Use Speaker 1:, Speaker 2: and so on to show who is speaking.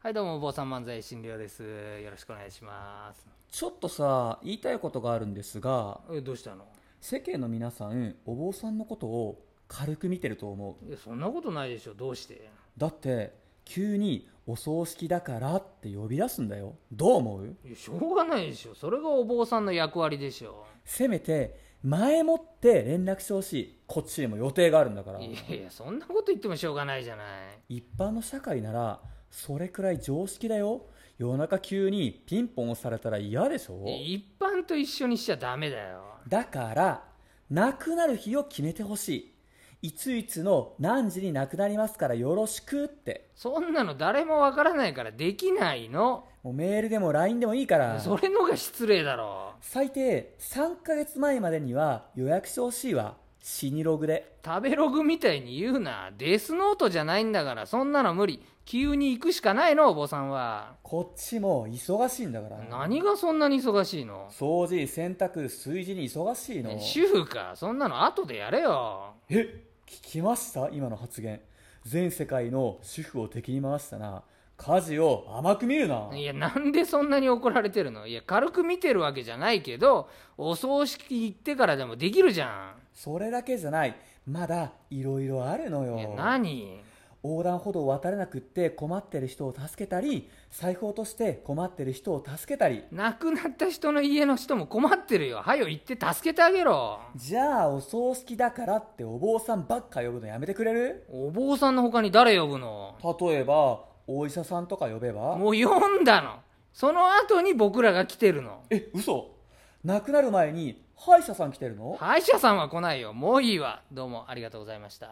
Speaker 1: はいどうもお坊さん漫才診療ですよろしくお願いします
Speaker 2: ちょっとさ言いたいことがあるんですが
Speaker 1: えどうしたの
Speaker 2: 世間の皆さんお坊さんのことを軽く見てると思う
Speaker 1: いやそんなことないでしょどうして
Speaker 2: だって急にお葬式だからって呼び出すんだよどう思う
Speaker 1: いやしょうがないでしょそれがお坊さんの役割でしょ
Speaker 2: せめて前もって連絡してほしいこっちにも予定があるんだから
Speaker 1: いやいやそんなこと言ってもしょうがないじゃない
Speaker 2: 一般の社会ならそれくらい常識だよ夜中急にピンポン押されたら嫌でしょ
Speaker 1: 一般と一緒にしちゃダメだよ
Speaker 2: だから亡くなる日を決めてほしいいついつの何時に亡くなりますからよろしくって
Speaker 1: そんなの誰もわからないからできないの
Speaker 2: もうメールでも LINE でもいいから
Speaker 1: それのが失礼だろ
Speaker 2: 最低3ヶ月前までには予約してほしいわ死にログで
Speaker 1: 食べログみたいに言うなデスノートじゃないんだからそんなの無理急に行くしかないのお坊さんは
Speaker 2: こっちも忙しいんだから
Speaker 1: 何がそんなに忙しいの
Speaker 2: 掃除洗濯炊事に忙しいの
Speaker 1: 主婦かそんなの後でやれよ
Speaker 2: え聞きました今の発言全世界の主婦を敵に回したな家事を甘く見るない
Speaker 1: やなんでそんなに怒られてるのいや軽く見てるわけじゃないけどお葬式行ってからでもできるじゃ
Speaker 2: それだけじゃないまだいろいろあるの
Speaker 1: んいや
Speaker 2: よ
Speaker 1: 何
Speaker 2: 横断歩道を渡れなくって困ってる人を助けたり財布落として困ってる人を助けたり
Speaker 1: 亡くなった人の家の人も困ってるよはよ行って助けてあげろ
Speaker 2: じゃあお葬式だからってお坊さんばっか呼ぶのやめてくれる
Speaker 1: お坊さんの他に誰呼ぶの
Speaker 2: 例えばお医者さんとか呼べば
Speaker 1: もう読んだのその後に僕らが来てるの
Speaker 2: え嘘亡くなる前に歯医者さん来てるの
Speaker 1: 歯医者さんは来ないよもういいわどうもありがとうございました